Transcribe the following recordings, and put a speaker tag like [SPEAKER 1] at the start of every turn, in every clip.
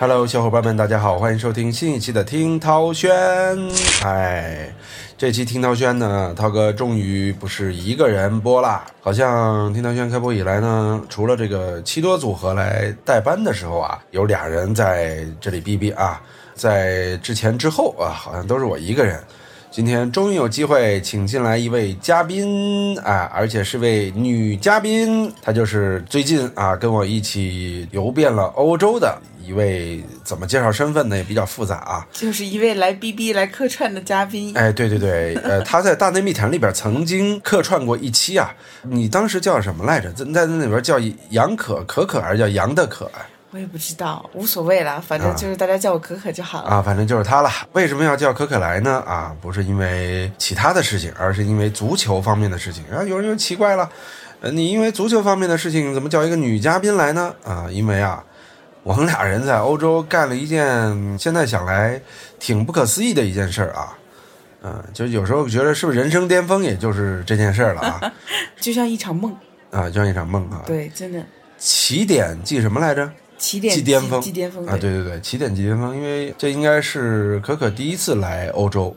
[SPEAKER 1] Hello，小伙伴们，大家好，欢迎收听新一期的听涛轩。哎，这期听涛轩呢，涛哥终于不是一个人播啦。好像听涛轩开播以来呢，除了这个七多组合来代班的时候啊，有俩人在这里哔哔啊，在之前之后啊，好像都是我一个人。今天终于有机会请进来一位嘉宾啊，而且是位女嘉宾，啊她就是最近啊跟我一起游遍了欧洲的一位，怎么介绍身份呢也比较复杂啊。
[SPEAKER 2] 就是一位来 B B 来客串的嘉宾，
[SPEAKER 1] 哎，对对对，呃，她在《大内密谈》里边曾经客串过一期啊。你当时叫什么来着？在在那里边叫杨可可可，还是叫杨的可啊？
[SPEAKER 2] 我也不知道，无所谓啦，反正就是大家叫我可可就好了。
[SPEAKER 1] 啊，反正就是他了。为什么要叫可可来呢？啊，不是因为其他的事情，而是因为足球方面的事情。啊，有人就奇怪了，呃，你因为足球方面的事情，怎么叫一个女嘉宾来呢？啊，因为啊，我们俩人在欧洲干了一件现在想来挺不可思议的一件事儿啊。嗯、就有时候觉得是不是人生巅峰，也就是这件事儿了啊
[SPEAKER 2] 就像一场梦，
[SPEAKER 1] 啊，就像一场梦啊。
[SPEAKER 2] 对，真的
[SPEAKER 1] 起点记什么来着？
[SPEAKER 2] 起点
[SPEAKER 1] 即巅峰
[SPEAKER 2] 即巅峰
[SPEAKER 1] 啊，对对对，起点即巅峰，因为这应该是可可第一次来欧洲，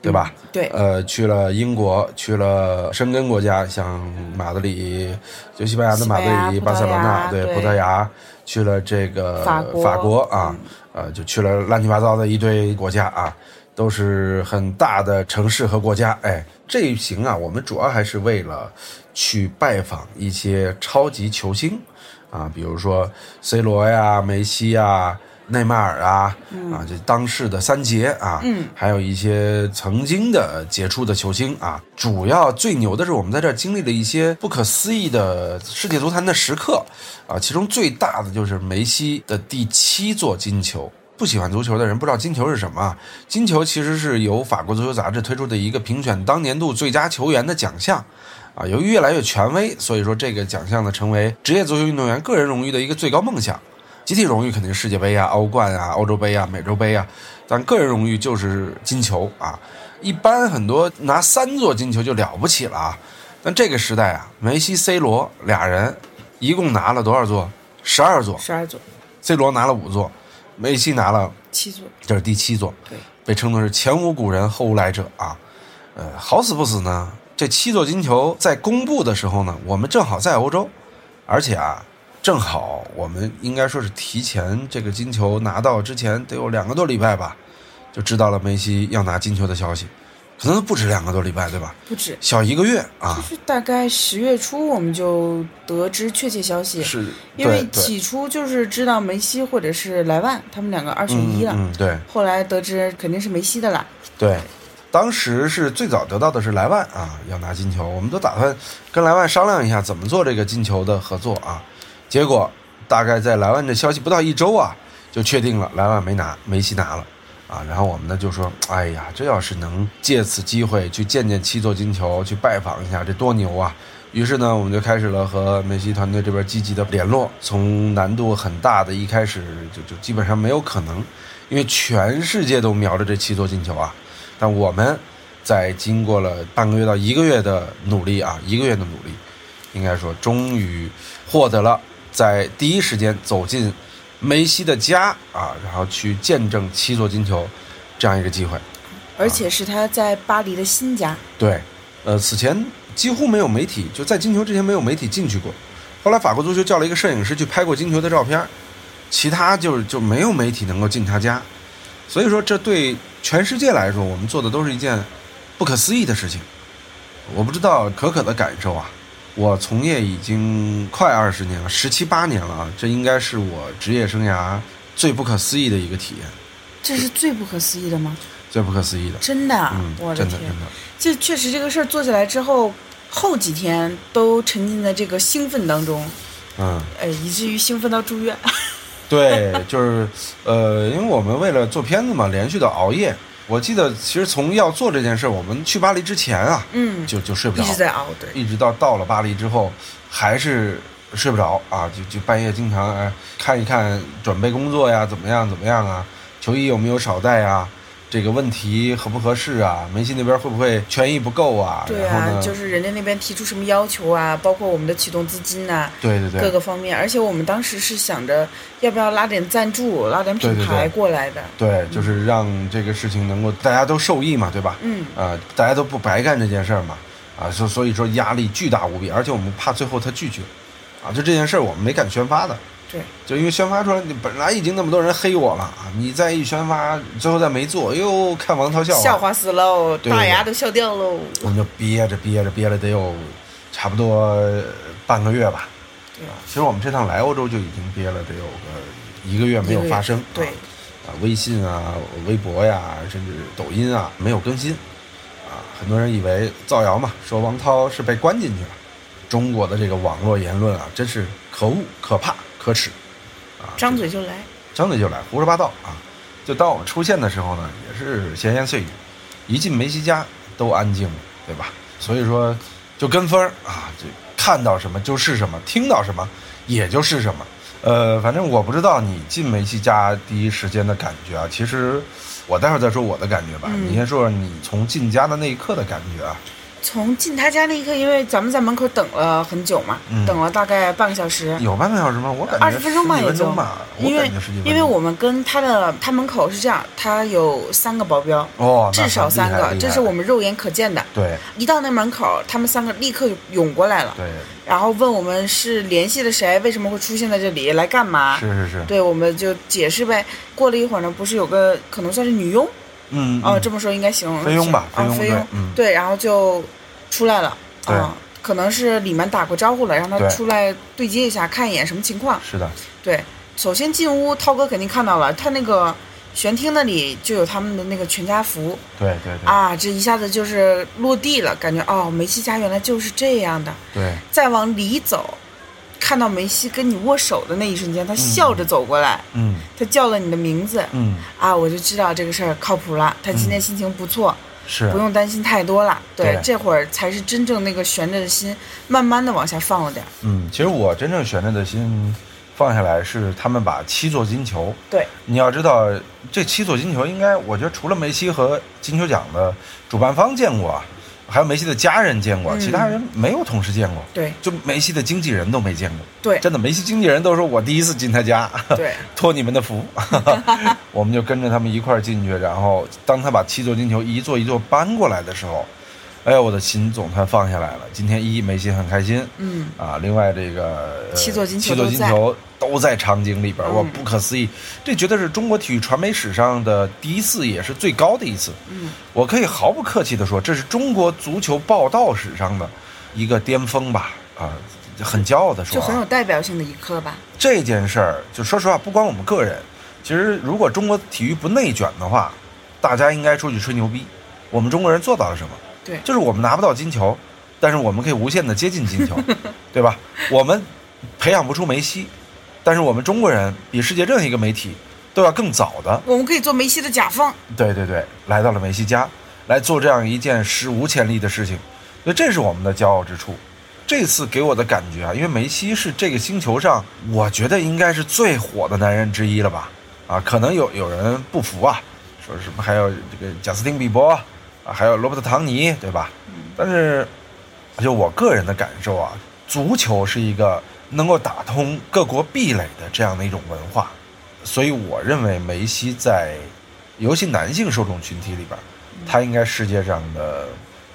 [SPEAKER 1] 对吧？
[SPEAKER 2] 对
[SPEAKER 1] 呃，去了英国，去了申根国家，像马德里，就西班牙的
[SPEAKER 2] 西
[SPEAKER 1] 马
[SPEAKER 2] 班牙
[SPEAKER 1] 德里、
[SPEAKER 2] 葡萄
[SPEAKER 1] 巴塞罗那，
[SPEAKER 2] 牙
[SPEAKER 1] 对，
[SPEAKER 2] 对
[SPEAKER 1] 葡萄牙，去了这个
[SPEAKER 2] 法国嗯
[SPEAKER 1] 啊，呃，就去了乱七八糟的一堆国家啊。都是很大的城市和国家，哎，这一行啊，我们主要还是为了去拜访一些超级球星，啊，比如说 C 罗呀、梅西呀、内马尔啊，
[SPEAKER 2] 嗯
[SPEAKER 1] 啊，这当世的三杰啊，嗯，还有一些曾经的杰出的球星啊。主要最牛的是，我们在这儿经历了一些不可思议的世界足坛的时刻啊，其中最大的就是梅西的第七座金球。不喜欢足球的人不知道金球是什么啊。金球其实是由法国足球杂志推出的一个评选当年度最佳球员的奖项。啊，由于越来越权威，所以说这个奖项呢，成为职业足球运动员个人荣誉的一个最高梦想。集体荣誉肯定是世界杯啊、欧冠啊、欧洲杯啊、美洲杯啊，但个人荣誉就是金球啊。一般很多拿三座金球就了不起了啊，但这个时代啊，梅西、C 罗俩人一共拿了多少座？十二座
[SPEAKER 2] 十二座、
[SPEAKER 1] ，C 罗拿了五座，梅西拿了
[SPEAKER 2] 七座，
[SPEAKER 1] 这是第七座，
[SPEAKER 2] 对，
[SPEAKER 1] 被称作是前无古人后无来者啊。呃，好死不死呢，这七座金球在公布的时候呢，我们正好在欧洲，而且啊，正好我们应该说是提前这个金球拿到之前得有两个多礼拜吧，就知道了梅西要拿金球的消息，可能都不止两个多礼拜，对吧？
[SPEAKER 2] 不止。
[SPEAKER 1] 小一个月啊
[SPEAKER 2] 就，是大概十月初，我们就得知确切消息，
[SPEAKER 1] 是，
[SPEAKER 2] 因为
[SPEAKER 1] 对对，
[SPEAKER 2] 起初就是知道梅西或者是莱万他们两个二选
[SPEAKER 1] 嗯
[SPEAKER 2] 一了，
[SPEAKER 1] 嗯，对。
[SPEAKER 2] 后来得知肯定是梅西的啦。
[SPEAKER 1] 对，当时是最早得到的是莱万啊，要拿金球，我们都打算跟莱万商量一下怎么做这个金球的合作啊。结果大概在莱万这消息不到一周啊，就确定了莱万没拿，梅西拿了。啊，然后我们呢就说，哎呀，这要是能借此机会去见见七座金球，去拜访一下，这多牛啊！于是呢，我们就开始了和梅西团队这边积极的联络，从难度很大的一开始就就基本上没有可能，因为全世界都瞄着这七座金球啊。但我们在经过了半个月到一个月的努力啊，一个月的努力，应该说终于获得了在第一时间走进梅西的家啊，然后去见证七座金球这样一个机会。
[SPEAKER 2] 而
[SPEAKER 1] 啊
[SPEAKER 2] 且是他在巴黎的新家，
[SPEAKER 1] 对，呃，此前几乎没有媒体就在金球之前没有媒体进去过。后来法国足球叫了一个摄影师去拍过金球的照片儿，其他就是就没有媒体能够进他家。所以说，这对全世界来说，我们做的都是一件不可思议的事情。我不知道可可的感受啊，我从业已经快二十年了，十七八年了啊，这应该是我职业生涯最不可思议的一个体验，
[SPEAKER 2] 这是最不可思议的吗？
[SPEAKER 1] 最不可思议的。
[SPEAKER 2] 真的啊，
[SPEAKER 1] 嗯，
[SPEAKER 2] 我的
[SPEAKER 1] 真的
[SPEAKER 2] 天
[SPEAKER 1] 真！的。
[SPEAKER 2] 这确实这个事儿做起来之后，后几天都沉浸在这个兴奋当中，
[SPEAKER 1] 嗯，
[SPEAKER 2] 呃，以至于兴奋到住院。
[SPEAKER 1] 对，就是呃，因为我们为了做片子嘛，连续的熬夜。我记得其实从要做这件事儿，我们去巴黎之前啊，
[SPEAKER 2] 嗯，
[SPEAKER 1] 就就睡不
[SPEAKER 2] 一
[SPEAKER 1] 着，
[SPEAKER 2] 直在熬，对，
[SPEAKER 1] 一直到到了巴黎之后，还是睡不着啊，就就半夜经常哎看一看准备工作呀，怎么样怎么样啊，球衣有没有少带呀，这个问题合不合适啊？梅西那边会不会权益不够啊？
[SPEAKER 2] 对
[SPEAKER 1] 然后
[SPEAKER 2] 啊，
[SPEAKER 1] 呢？
[SPEAKER 2] 就是人家那边提出什么要求啊，包括我们的启动资金呐、
[SPEAKER 1] 对对
[SPEAKER 2] 各
[SPEAKER 1] 对
[SPEAKER 2] 个方面。而且我们当时是想着要不要拉点赞助，拉点
[SPEAKER 1] 对
[SPEAKER 2] 品
[SPEAKER 1] 对
[SPEAKER 2] 牌
[SPEAKER 1] 对
[SPEAKER 2] 过来的。
[SPEAKER 1] 对，就是让这个事情能够大家都受益嘛，对吧？
[SPEAKER 2] 嗯，
[SPEAKER 1] 啊，大家都不白干这件事儿嘛，啊，所所以说压力巨大无比，而且我们怕最后他拒绝，啊，就这件事儿我们没敢宣发的，
[SPEAKER 2] 对，
[SPEAKER 1] 就因为宣发出来，你本来已经那么多人黑我了，啊你再一宣发，最后再没做，哟，看王涛笑话，
[SPEAKER 2] 笑话死喽，
[SPEAKER 1] 对
[SPEAKER 2] 大牙都笑掉喽。
[SPEAKER 1] 我们就憋着憋着憋了得有差不多呃半个月吧，
[SPEAKER 2] 对
[SPEAKER 1] 啊，其实我们这趟来欧洲就已经憋了得有个一个月没有发声，
[SPEAKER 2] 对
[SPEAKER 1] 啊，啊，微信啊、微博呀、甚至抖音啊没有更新，啊，很多人以为造谣嘛，说王涛是被关进去了。中国的这个网络言论啊，真是可恶、可怕、可耻，啊，
[SPEAKER 2] 张
[SPEAKER 1] 这
[SPEAKER 2] 嘴就来。
[SPEAKER 1] 张嘴就来，胡说八道啊！就当我们出现的时候呢，也是闲言碎语，一进梅西家都安静了，对吧？所以说就跟风儿啊，就看到什么就是什么，听到什么也就是什么。呃，反正我不知道你进梅西家第一时间的感觉啊。其实我待会儿再说我的感觉吧，
[SPEAKER 2] 嗯
[SPEAKER 1] 你先说说你从进家的那一刻的感觉啊。
[SPEAKER 2] 从进他家那一刻，因为咱们在门口等了很久嘛，
[SPEAKER 1] 嗯
[SPEAKER 2] 等了大概半个小时，
[SPEAKER 1] 有半个小时吗？我感觉
[SPEAKER 2] 20分钟吧
[SPEAKER 1] 十几
[SPEAKER 2] 也
[SPEAKER 1] 分
[SPEAKER 2] 就
[SPEAKER 1] 钟吧，我
[SPEAKER 2] 因为
[SPEAKER 1] 感觉十几分钟。
[SPEAKER 2] 因为我们跟他的他门口是这样，他有三个保镖，
[SPEAKER 1] 哦，那
[SPEAKER 2] 至少
[SPEAKER 1] 很厉
[SPEAKER 2] 三
[SPEAKER 1] 害
[SPEAKER 2] 个，
[SPEAKER 1] 厉
[SPEAKER 2] 这
[SPEAKER 1] 害
[SPEAKER 2] 是我们肉眼可见的。
[SPEAKER 1] 对
[SPEAKER 2] 一到那门口，他们三个立刻涌过来了，
[SPEAKER 1] 对
[SPEAKER 2] 然后问我们是联系的谁，为什么会出现在这里，来干嘛？
[SPEAKER 1] 是是是，
[SPEAKER 2] 啊对，我们就解释呗。过了一会儿呢，不是有个可能算是女佣
[SPEAKER 1] 嗯
[SPEAKER 2] 哦，
[SPEAKER 1] 嗯
[SPEAKER 2] 这么说应该形容
[SPEAKER 1] 菲佣吧，
[SPEAKER 2] 啊，
[SPEAKER 1] 佣
[SPEAKER 2] 菲
[SPEAKER 1] 对
[SPEAKER 2] 佣，，
[SPEAKER 1] 嗯，
[SPEAKER 2] 对，然后就出来了，
[SPEAKER 1] 对
[SPEAKER 2] 啊，可能是里面打过招呼了，让他
[SPEAKER 1] 对
[SPEAKER 2] 出来对接一下，看一眼什么情况。
[SPEAKER 1] 是的，
[SPEAKER 2] 对，首先进屋，涛哥肯定看到了，他那个玄厅那里就有他们的那个全家福
[SPEAKER 1] 对对对
[SPEAKER 2] 啊，这一下子就是落地了，感觉哦，梅西家原来就是这样的。
[SPEAKER 1] 对，
[SPEAKER 2] 再往里走，看到梅西跟你握手的那一瞬间，他笑着走过来，
[SPEAKER 1] 嗯
[SPEAKER 2] 他叫了你的名字
[SPEAKER 1] 嗯
[SPEAKER 2] 啊，我就知道这个事儿靠谱了，他今天心情不错。
[SPEAKER 1] 是
[SPEAKER 2] 不，用担心太多了。
[SPEAKER 1] 嗯
[SPEAKER 2] 对
[SPEAKER 1] 对，
[SPEAKER 2] 这会儿才是真正那个悬着的心，慢慢的往下放了点儿。
[SPEAKER 1] 嗯，其实我真正悬着的心放下来是他们把七座金球，
[SPEAKER 2] 对，
[SPEAKER 1] 你要知道这七座金球应该，我觉得除了梅西和金球奖的主办方见过啊，还有梅西的家人见过，
[SPEAKER 2] 嗯
[SPEAKER 1] 其他人没有同时见过，
[SPEAKER 2] 对，
[SPEAKER 1] 就梅西的经纪人都没见过，
[SPEAKER 2] 对，
[SPEAKER 1] 真的，梅西经纪人都说我第一次进他家，
[SPEAKER 2] 对，
[SPEAKER 1] 托你们的福， 我们就跟着他们一块儿进去。然后当他把七座金球一座一座搬过来的时候，哎呦，我的心总算放下来了。今天一梅西很开心
[SPEAKER 2] 嗯，
[SPEAKER 1] 啊，另外这个、呃
[SPEAKER 2] 七座金球
[SPEAKER 1] 七座金
[SPEAKER 2] 都在
[SPEAKER 1] 球都在场景里边，
[SPEAKER 2] 嗯
[SPEAKER 1] 我不可思议，这绝对是中国体育传媒史上的第一次，也是最高的一次。
[SPEAKER 2] 嗯，
[SPEAKER 1] 我可以毫不客气地说，这是中国足球报道史上的一个巅峰吧，啊。很骄傲地说、
[SPEAKER 2] 就
[SPEAKER 1] 啊，
[SPEAKER 2] 很有代表性的一刻吧。
[SPEAKER 1] 这件事儿，就说实话，不光我们个人，其实如果中国体育不内卷的话，大家应该出去吹牛逼。我们中国人做到了什么？
[SPEAKER 2] 对
[SPEAKER 1] 就是我们拿不到金球，但是我们可以无限的接近金球，对吧？我们培养不出梅西，但是我们中国人比世界任何一个媒体都要更早的，
[SPEAKER 2] 我们可以做梅西的甲方，
[SPEAKER 1] 对对对，来到了梅西家，来做这样一件史无前例的事情，所以这是我们的骄傲之处。这次给我的感觉啊，因为梅西是这个星球上，我觉得应该是最火的男人之一了吧？啊，可能有有人不服啊，说什么还有这个贾斯汀·比伯啊，还有罗伯特·唐尼，对吧？但是，就我个人的感受啊，足球是一个能够打通各国壁垒的这样的一种文化，所以我认为梅西在尤其男性受众群体里边，他应该世界上的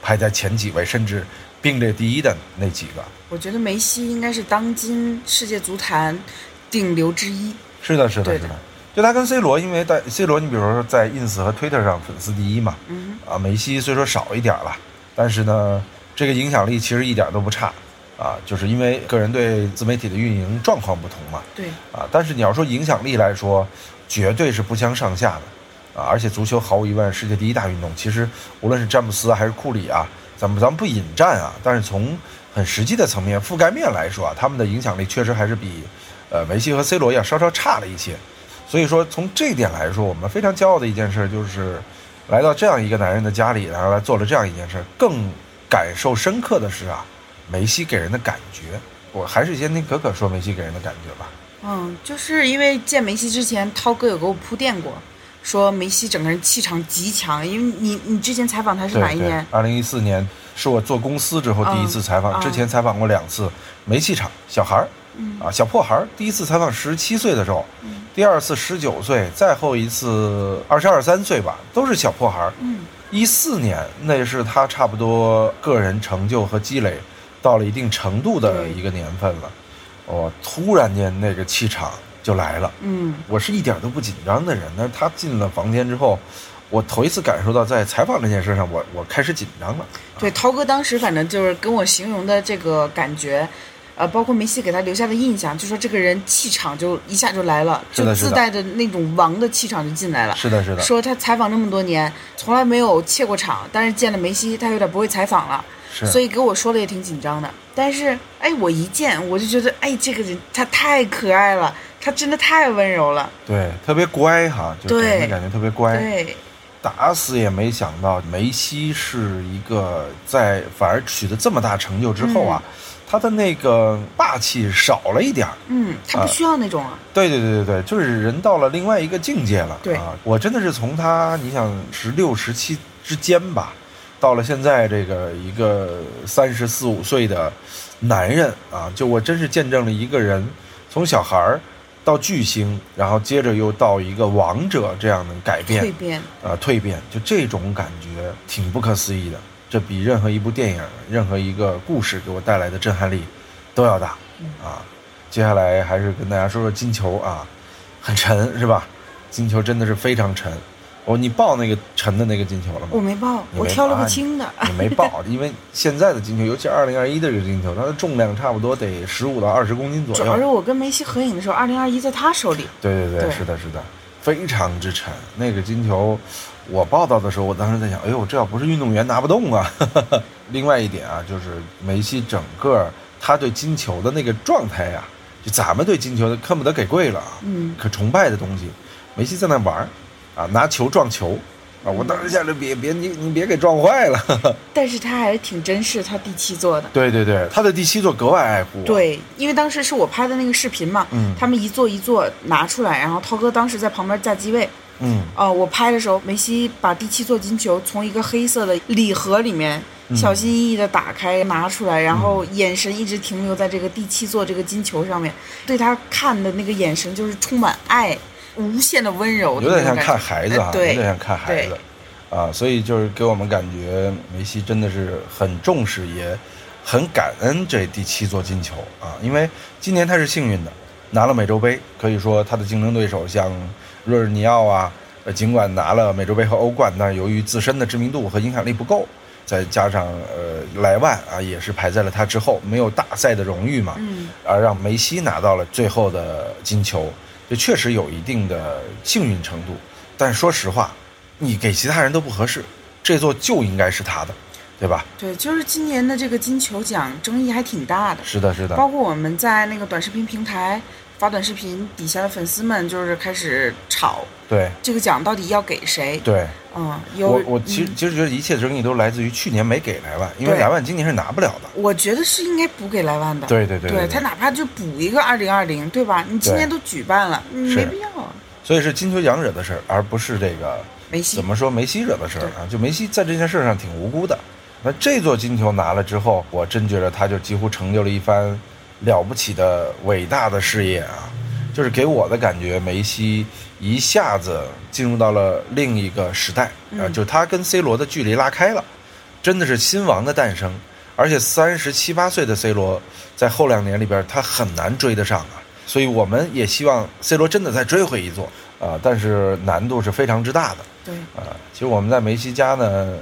[SPEAKER 1] 排在前几位，甚至并列第一的那几个。
[SPEAKER 2] 我觉得梅西应该是当今世界足坛顶流之一。
[SPEAKER 1] 是的，是的，
[SPEAKER 2] 对
[SPEAKER 1] 是
[SPEAKER 2] 的
[SPEAKER 1] 的。就他跟 C 罗，因为在 C 罗，你比如说在 ins 和 Twitter 上粉丝第一嘛，
[SPEAKER 2] 嗯
[SPEAKER 1] 啊，梅西虽说少一点儿了，但是呢，这个影响力其实一点儿都不差啊，就是因为个人对自媒体的运营状况不同嘛，
[SPEAKER 2] 哼，对，
[SPEAKER 1] 啊，但是你要说影响力来说，绝对是不相上下的啊！而且足球毫无疑问世界第一大运动，其实无论是詹姆斯啊还是库里啊，咱们咱们不引战啊，但是从很实际的层面覆盖面来说啊，他们的影响力确实还是比呃梅西和 C 罗要稍稍差了一些。所以说从这一点来说，我们非常骄傲的一件事就是来到这样一个男人的家里，然后来做了这样一件事。更感受深刻的是啊，梅西给人的感觉，我还是先听可可说梅西给人的感觉吧。
[SPEAKER 2] 嗯，就是因为见梅西之前，涛哥有给我铺垫过，说梅西整个人气场极强，因为你你之前采访他是哪
[SPEAKER 1] 对
[SPEAKER 2] 一
[SPEAKER 1] 对
[SPEAKER 2] 年？，
[SPEAKER 1] 二零一四年是我做公司之后第一次采访，
[SPEAKER 2] 嗯
[SPEAKER 1] 之前采访过两次，没气场，小孩儿，啊，小破孩儿。第一次采访十七岁的时候，
[SPEAKER 2] 嗯
[SPEAKER 1] 第二次十九岁，再后一次二十二三岁吧，都是小破孩儿。
[SPEAKER 2] 嗯，
[SPEAKER 1] 一四年那是他差不多个人成就和积累到了一定程度的
[SPEAKER 2] 对
[SPEAKER 1] 一个年份了，哦，突然间那个气场就来了。
[SPEAKER 2] 嗯
[SPEAKER 1] 我是一点都不紧张的人，但是他进了房间之后，我头一次感受到在采访这件事上，我我开始紧张了。
[SPEAKER 2] 对，涛哥当时反正就是跟我形容的这个感觉，呃，包括梅西给他留下的印象，就说这个人气场就一下就来了，
[SPEAKER 1] 是的
[SPEAKER 2] 就是
[SPEAKER 1] 的
[SPEAKER 2] 自带着那种王的气场就进来了。
[SPEAKER 1] 是的，是的，
[SPEAKER 2] 啊说他采访这么多年，从来没有怯过场，但是见了梅西，他有点不会采访了，
[SPEAKER 1] 是
[SPEAKER 2] 所以给我说的也挺紧张的。但是，哎，我一见我就觉得，哎，这个人他太可爱了，他真的太温柔了。
[SPEAKER 1] 对，特别乖哈，就给人的
[SPEAKER 2] 对
[SPEAKER 1] 感觉特别乖。
[SPEAKER 2] 对，
[SPEAKER 1] 打死也没想到梅西是一个在反而取得这么大成就之后啊，他的那个霸气少了一点儿。
[SPEAKER 2] 嗯，他不需要那种啊，
[SPEAKER 1] 对对对对对，就是人到了另外一个境界了。
[SPEAKER 2] 对
[SPEAKER 1] 啊，我真的是从他，你想十六、十七之间吧，到了现在这个一个三十四五岁的男人啊，就我真是见证了一个人从小孩儿到巨星，然后接着又到一个王者这样的改变
[SPEAKER 2] 蜕变。
[SPEAKER 1] 啊、蜕变，就这种感觉挺不可思议的。这比任何一部电影、任何一个故事给我带来的震撼力都要大
[SPEAKER 2] 嗯
[SPEAKER 1] 啊！接下来还是跟大家说说金球啊，很沉是吧？金球真的是非常沉。哦，你抱那个沉的那个金球了
[SPEAKER 2] 我
[SPEAKER 1] 吗？
[SPEAKER 2] 没报，
[SPEAKER 1] 你没
[SPEAKER 2] 我挑了
[SPEAKER 1] 报
[SPEAKER 2] 个
[SPEAKER 1] 啊
[SPEAKER 2] 轻的。
[SPEAKER 1] 你没抱，因为现在的金球，尤其二零二一的这个金球，它的重量差不多得十五到二十公斤左
[SPEAKER 2] 主
[SPEAKER 1] 右
[SPEAKER 2] 要。是我跟梅西合影的时候，二零二一在他手里。
[SPEAKER 1] 对对对，
[SPEAKER 2] 对
[SPEAKER 1] 是的，是的，非常之沉。那个金球，我报道的时候，我当时在想，哎呦，这要不是运动员拿不动啊。 另外一点啊，就是梅西整个他对金球的那个状态呀、就咱们对金球的恨不得给跪了啊，
[SPEAKER 2] 嗯
[SPEAKER 1] 可崇拜的东西，梅西在那玩儿啊，拿球撞球。啊！我当时想着别别你你别给撞坏了。
[SPEAKER 2] 但是他还是挺珍视他第七座的。
[SPEAKER 1] 对对对，他的第七座格外爱护、，
[SPEAKER 2] 对，因为当时是我拍的那个视频嘛，
[SPEAKER 1] 嗯
[SPEAKER 2] 他们一座一座拿出来，然后涛哥当时在旁边架机位。
[SPEAKER 1] 嗯，
[SPEAKER 2] 呃，我拍的时候，梅西把第七座金球从一个黑色的礼盒里面
[SPEAKER 1] 嗯
[SPEAKER 2] 小心翼翼地打开拿出来，然后眼神一直停留在这个第七座这个金球上面，对他看的那个眼神就是充满爱、无限的温柔的
[SPEAKER 1] 有
[SPEAKER 2] 那
[SPEAKER 1] 点像
[SPEAKER 2] 种感觉，
[SPEAKER 1] 看孩子啊，
[SPEAKER 2] 哎
[SPEAKER 1] 有
[SPEAKER 2] 对
[SPEAKER 1] 点像看孩子啊，所以就是给我们感觉梅西真的是很重视，也很感恩这第七座金球啊，因为今年他是幸运的，拿了美洲杯，可以说他的竞争对手像若日尼奥啊，呃，尽管拿了美洲杯和欧冠，但是由于自身的知名度和影响力不够。再加上呃莱万啊，也是排在了他之后，没有大赛的荣誉嘛，
[SPEAKER 2] 嗯，
[SPEAKER 1] 而让梅西拿到了最后的金球，这确实有一定的幸运程度。但说实话，你给其他人都不合适，这座就应该是他的，对吧？
[SPEAKER 2] 对，就是今年的这个金球奖争议还挺大的，
[SPEAKER 1] 是的，啊是的，
[SPEAKER 2] 包括我们在那个短视频平台发短视频，底下的粉丝们就是开始吵
[SPEAKER 1] 对
[SPEAKER 2] 这个奖到底要给谁。
[SPEAKER 1] 对。
[SPEAKER 2] 嗯，有
[SPEAKER 1] 我我其
[SPEAKER 2] 嗯
[SPEAKER 1] 实其实觉得一切争议都来自于去年没给莱万，因为
[SPEAKER 2] 对
[SPEAKER 1] 莱万今年是拿不了的。
[SPEAKER 2] 我觉得是应该补给莱万的。
[SPEAKER 1] 对对对
[SPEAKER 2] 对
[SPEAKER 1] 对
[SPEAKER 2] 他哪怕就补一个二零二零，对吧？你今
[SPEAKER 1] 对
[SPEAKER 2] 年都举办了，嗯
[SPEAKER 1] 是
[SPEAKER 2] 没必要啊。
[SPEAKER 1] 所以是金球奖惹的事儿，而不是这个
[SPEAKER 2] 梅西
[SPEAKER 1] 怎么说梅西惹的事儿啊？就梅西在这件事上挺无辜的。那这座金球拿了之后，我真觉得他就几乎成就了一番了不起的伟大的事业啊！就是给我的感觉，梅西一下子进入到了另一个时代啊，
[SPEAKER 2] 嗯
[SPEAKER 1] 就他跟 C 罗的距离拉开了，真的是新王的诞生。而且三十七八岁的 C 罗，在后两年里边他很难追得上啊，所以我们也希望 C 罗真的再追回一座啊、但是难度是非常之大的。
[SPEAKER 2] 对，
[SPEAKER 1] 啊，其实我们在梅西家呢，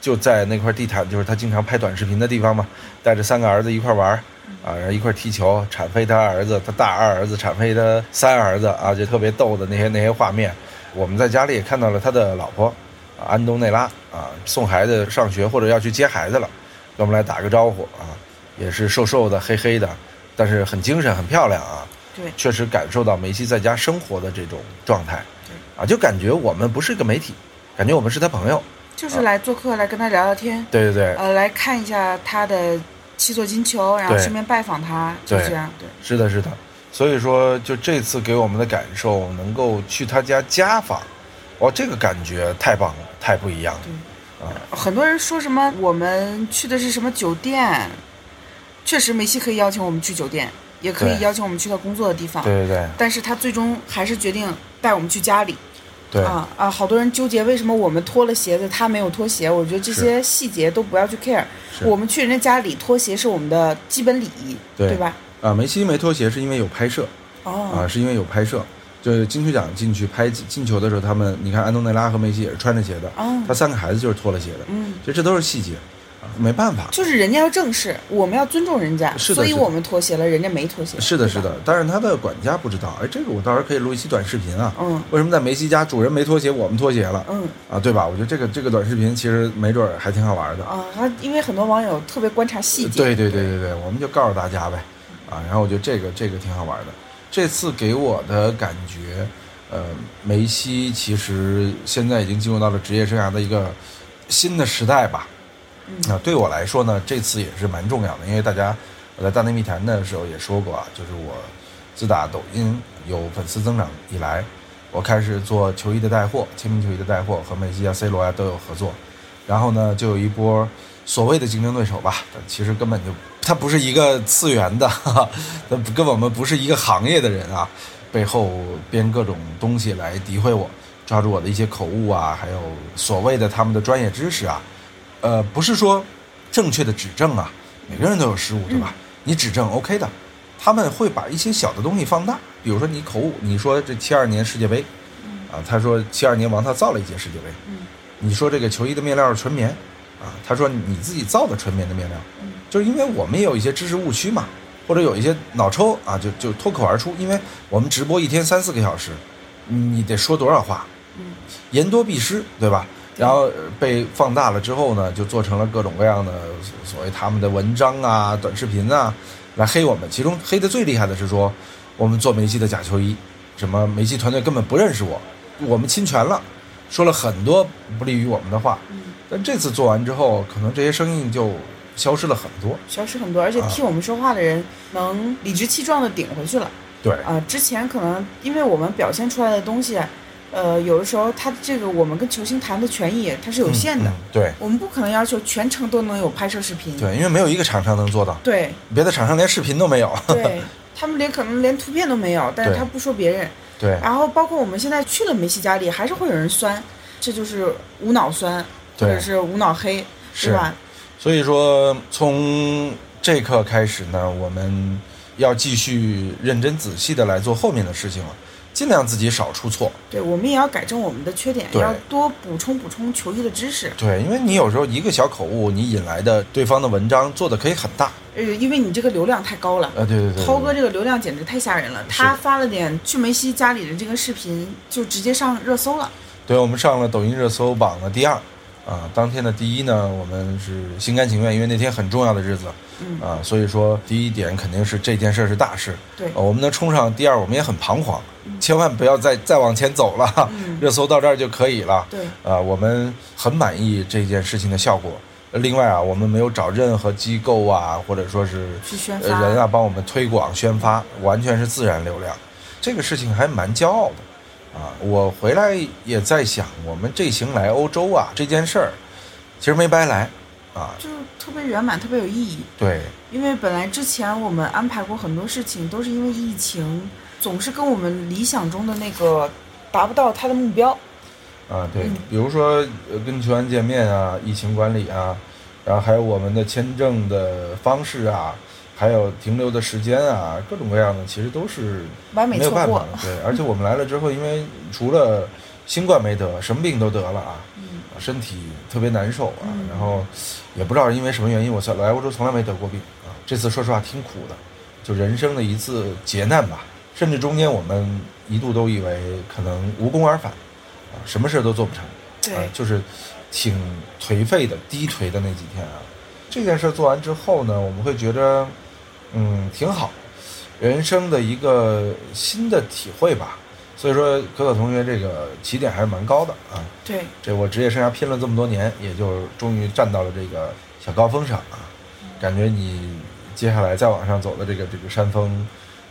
[SPEAKER 1] 就在那块地毯，就是他经常拍短视频的地方嘛，带着三个儿子一块玩儿啊，然后一块踢球，铲飞他儿子，他大二儿子铲飞他三儿子啊，就特别逗的那些那些画面。我们在家里也看到了他的老婆、啊、安东内拉啊，送孩子上学或者要去接孩子了，跟我们来打个招呼啊，也是瘦瘦的、黑黑的，啊但是很精神、很漂亮啊。
[SPEAKER 2] 对
[SPEAKER 1] 确实感受到梅西在家生活的这种状态，啊，就感觉我们不是个媒体，感觉我们是他朋友。啊
[SPEAKER 2] 就是来做客，来跟他聊聊天，
[SPEAKER 1] 对对啊对，
[SPEAKER 2] 呃，来看一下他的七座金球，然后
[SPEAKER 1] 对
[SPEAKER 2] 顺便拜访他，就
[SPEAKER 1] 对
[SPEAKER 2] 这样。对，
[SPEAKER 1] 是的，是的。所以说，就这次给我们的感受，能够去他家家访，哇，这个感觉太棒了，太不一样了。
[SPEAKER 2] 很多人说什么我们去的是什么酒店，确实梅西可以邀请我们去酒店，也可以
[SPEAKER 1] 对
[SPEAKER 2] 邀请我们去他工作的地方，
[SPEAKER 1] 对对对
[SPEAKER 2] 但是他最终还是决定带我们去家里。
[SPEAKER 1] 对，
[SPEAKER 2] 啊啊！好多人纠结为什么我们脱了鞋子，他没有脱鞋。我觉得这些细节都不要去 care。
[SPEAKER 1] 是
[SPEAKER 2] 我们去人家家里脱鞋是我们的基本礼仪，
[SPEAKER 1] 对
[SPEAKER 2] 对吧？
[SPEAKER 1] 啊，梅西没脱鞋是因为有拍摄啊，
[SPEAKER 2] 哦，
[SPEAKER 1] 是因为有拍摄。就是金球奖进去拍进球的时候，他们你看安东内拉和梅西也是穿着鞋的，
[SPEAKER 2] 哦
[SPEAKER 1] 他三个孩子就是脱了鞋的，
[SPEAKER 2] 嗯，
[SPEAKER 1] 其实这都是细节，啊没办法。
[SPEAKER 2] 就是人家要正式，我们要尊重人家，
[SPEAKER 1] 是的
[SPEAKER 2] 所以
[SPEAKER 1] 是的
[SPEAKER 2] 我们脱鞋了，人家没脱鞋。
[SPEAKER 1] 是的，
[SPEAKER 2] 对吧
[SPEAKER 1] 是。的，但是他的管家不知道，哎，这个我到时候可以录一期短视频啊。
[SPEAKER 2] 嗯
[SPEAKER 1] 为什么在梅西家主人没脱鞋，我们脱鞋了？
[SPEAKER 2] 嗯
[SPEAKER 1] 啊，对吧？我觉得这个这个短视频其实没准儿还挺好玩的。
[SPEAKER 2] 啊，他因为很多网友特别观察细节，
[SPEAKER 1] 对对对对对，我们就告诉大家呗，啊，然后我觉得这个这个挺好玩的。这次给我的感觉，呃，梅西其实现在已经进入到了职业生涯的一个新的时代吧。
[SPEAKER 2] 嗯
[SPEAKER 1] 那、对我来说呢，这次也是蛮重要的，因为大家我在大内密谈的时候也说过啊，就是我自打抖音有粉丝增长以来，我开始做球衣的带货，签名球衣的带货和梅西啊、C 罗啊都有合作。然后呢，就有一波所谓的竞争对手吧，但其实根本就他不是一个次元的， 哈哈，他不跟我们不是一个行业的人啊，背后编各种东西来诋毁我，抓住我的一些口误啊，还有所谓的他们的专业知识啊，呃，不是说正确的指正啊，每个人都有失误，对吧？你指正 OK 的，他们会把一些小的东西放大，比如说你口误，你说这七二年世界杯，啊，他说七二年王涛造了一届世界杯，
[SPEAKER 2] 嗯
[SPEAKER 1] 你说这个球衣的面料是纯棉，啊，他说你自己造的纯棉的面料，
[SPEAKER 2] 嗯
[SPEAKER 1] 就是因为我们也有一些知识误区嘛，或者有一些脑抽啊，就就脱口而出，因为我们直播一天三四个小时，你得说多少话，
[SPEAKER 2] 嗯，
[SPEAKER 1] 言多必失，对吧？然后呃被放大了之后呢，就做成了各种各样的所所谓他们的文章啊、短视频啊，来黑我们。其中黑的最厉害的是说，我们做梅西的假球衣，什么梅西团队根本不认识我，我们侵权了，说了很多不利于我们的话。
[SPEAKER 2] 嗯，
[SPEAKER 1] 但这次做完之后，可能这些声音就消失了很多。
[SPEAKER 2] 消失很多，而且
[SPEAKER 1] 啊
[SPEAKER 2] 替我们说话的人能理直气壮的顶回去了。
[SPEAKER 1] 对，
[SPEAKER 2] 啊、之前可能因为我们表现出来的东西，呃，有的时候他这个我们跟球星谈的权益它是有限的，
[SPEAKER 1] 嗯嗯对
[SPEAKER 2] 我们不可能要求全程都能有拍摄视频。
[SPEAKER 1] 对，因为没有一个厂商能做到，
[SPEAKER 2] 对
[SPEAKER 1] 别的厂商连视频都没有。
[SPEAKER 2] 对他们连可能连图片都没有，但是
[SPEAKER 1] 对
[SPEAKER 2] 他不说别人。
[SPEAKER 1] 对，
[SPEAKER 2] 然后包括我们现在去了梅西家里，还是会有人酸，这就是无脑酸，或
[SPEAKER 1] 对
[SPEAKER 2] 者是无脑黑，
[SPEAKER 1] 是
[SPEAKER 2] 对吧？
[SPEAKER 1] 所以说，从这一刻开始呢，我们要继续认真仔细的来做后面的事情了，尽量自己少出错。
[SPEAKER 2] 对，我们也要改正我们的缺点，
[SPEAKER 1] 对
[SPEAKER 2] 要多补充补充球衣的知识。
[SPEAKER 1] 对，因为你有时候一个小口误，你引来的对方的文章做的可以很大。
[SPEAKER 2] 呃，因为你这个流量太高了。
[SPEAKER 1] 呃，对对对对，
[SPEAKER 2] 涛哥这个流量简直太吓人了，
[SPEAKER 1] 是的
[SPEAKER 2] 他发了点去梅西家里的这个视频，就直接上热搜了。
[SPEAKER 1] 对我们上了抖音热搜榜的第二，啊，当天的第一呢，我们是心甘情愿，因为那天很重要的日子，
[SPEAKER 2] 嗯
[SPEAKER 1] 啊，所以说第一点肯定是这件事儿是大事，
[SPEAKER 2] 对
[SPEAKER 1] 呃我们能冲上第二，我们也很彷徨，千万不要再再往前走了，
[SPEAKER 2] 嗯
[SPEAKER 1] 热搜到这儿就可以了，
[SPEAKER 2] 对，
[SPEAKER 1] 啊，我们很满意这件事情的效果。另外啊，我们没有找任何机构啊，或者说是
[SPEAKER 2] 去宣
[SPEAKER 1] 呃
[SPEAKER 2] 发
[SPEAKER 1] 人啊帮我们推广宣发，完全是自然流量，这个事情还蛮骄傲的啊。我回来也在想，我们这行来欧洲啊这件事儿，其实没白来啊。
[SPEAKER 2] 就是特别圆满，特别有意义。
[SPEAKER 1] 对
[SPEAKER 2] 因为本来之前我们安排过很多事情，都是因为疫情，总是跟我们理想中的那个达不到他的目标。
[SPEAKER 1] 啊，对
[SPEAKER 2] 嗯，
[SPEAKER 1] 比如说呃跟球员见面啊，疫情管理啊，然后还有我们的签证的方式啊，还有停留的时间啊，各种各样的，其实都是
[SPEAKER 2] 完美
[SPEAKER 1] 没有
[SPEAKER 2] 错
[SPEAKER 1] 办法
[SPEAKER 2] 过
[SPEAKER 1] 了，。对，而且我们来了之后，因为除了新冠没得，什么病都得了啊，
[SPEAKER 2] 嗯
[SPEAKER 1] 身体特别难受啊，
[SPEAKER 2] 嗯
[SPEAKER 1] 然后也不知道是因为什么原因，我在来欧洲从来没得过病啊，这次说实话挺苦的，就人生的一次劫难吧，甚至中间我们一度都以为可能无功而返，啊，什么事都做不成，
[SPEAKER 2] 对
[SPEAKER 1] 啊，就是挺颓废的、低颓的那几天啊。这件事做完之后呢，我们会觉得，嗯，挺好，人生的一个新的体会吧。所以说，可可同学这个起点还是蛮高的啊。
[SPEAKER 2] 对，
[SPEAKER 1] 这我职业生涯拼了这么多年，也就终于站到了这个小高峰上啊。感觉你接下来再往上走的这个这个山峰，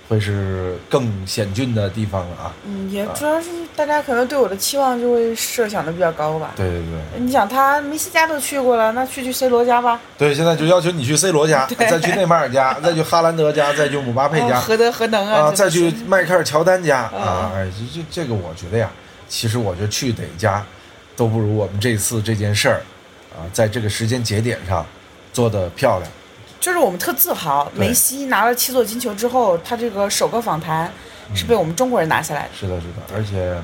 [SPEAKER 1] 会是更险峻的地方了啊。
[SPEAKER 2] 嗯，也主要是大家可能对我的期望就会设想的比较高吧。
[SPEAKER 1] 对对对
[SPEAKER 2] 你想他梅西家都去过了，那去去 C 罗家吧，
[SPEAKER 1] 对，现在就要求你去 C 罗家，
[SPEAKER 2] 对
[SPEAKER 1] 再去内马尔家，再去哈兰德家，再去姆巴佩
[SPEAKER 2] 哦
[SPEAKER 1] 家，
[SPEAKER 2] 何德何能啊？
[SPEAKER 1] 啊，
[SPEAKER 2] 真的
[SPEAKER 1] 再去
[SPEAKER 2] 是
[SPEAKER 1] 迈克尔乔丹家
[SPEAKER 2] 嗯
[SPEAKER 1] 啊，哎，这这这个我觉得呀，其实我觉得去哪家都不如我们这次这件事儿啊，在这个时间节点上做的漂亮。
[SPEAKER 2] 就是我们特自豪，
[SPEAKER 1] 对
[SPEAKER 2] 梅西拿了七座金球之后，他这个首个访谈是被我们中国人拿下来的。
[SPEAKER 1] 是的，是的，而且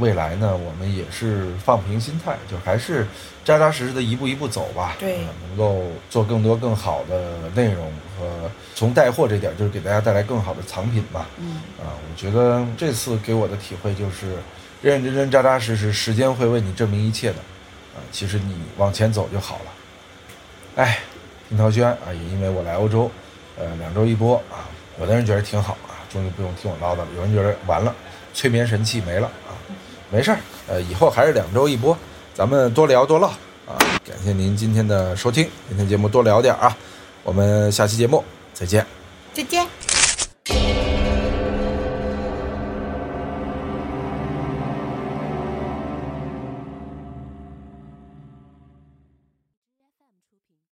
[SPEAKER 1] 未来呢，我们也是放平心态，就还是扎扎实实的一步一步走吧。
[SPEAKER 2] 对
[SPEAKER 1] 呃能够做更多更好的内容和从带货这点儿，就是给大家带来更好的藏品吧。
[SPEAKER 2] 嗯，
[SPEAKER 1] 啊，我觉得这次给我的体会就是，认认真真、扎扎实实，时间会为你证明一切的。啊，其实你往前走就好了。哎，樱桃轩啊，也因为我来欧洲，呃，两周一播啊，有的人觉得挺好啊，终于不用听我唠叨了；有人觉得完了，催眠神器没了啊，没事儿，呃，以后还是两周一播，咱们多聊多唠啊。感谢您今天的收听，今天节目多聊点儿啊，我们下期节目再见。
[SPEAKER 2] 再见。
[SPEAKER 3] 「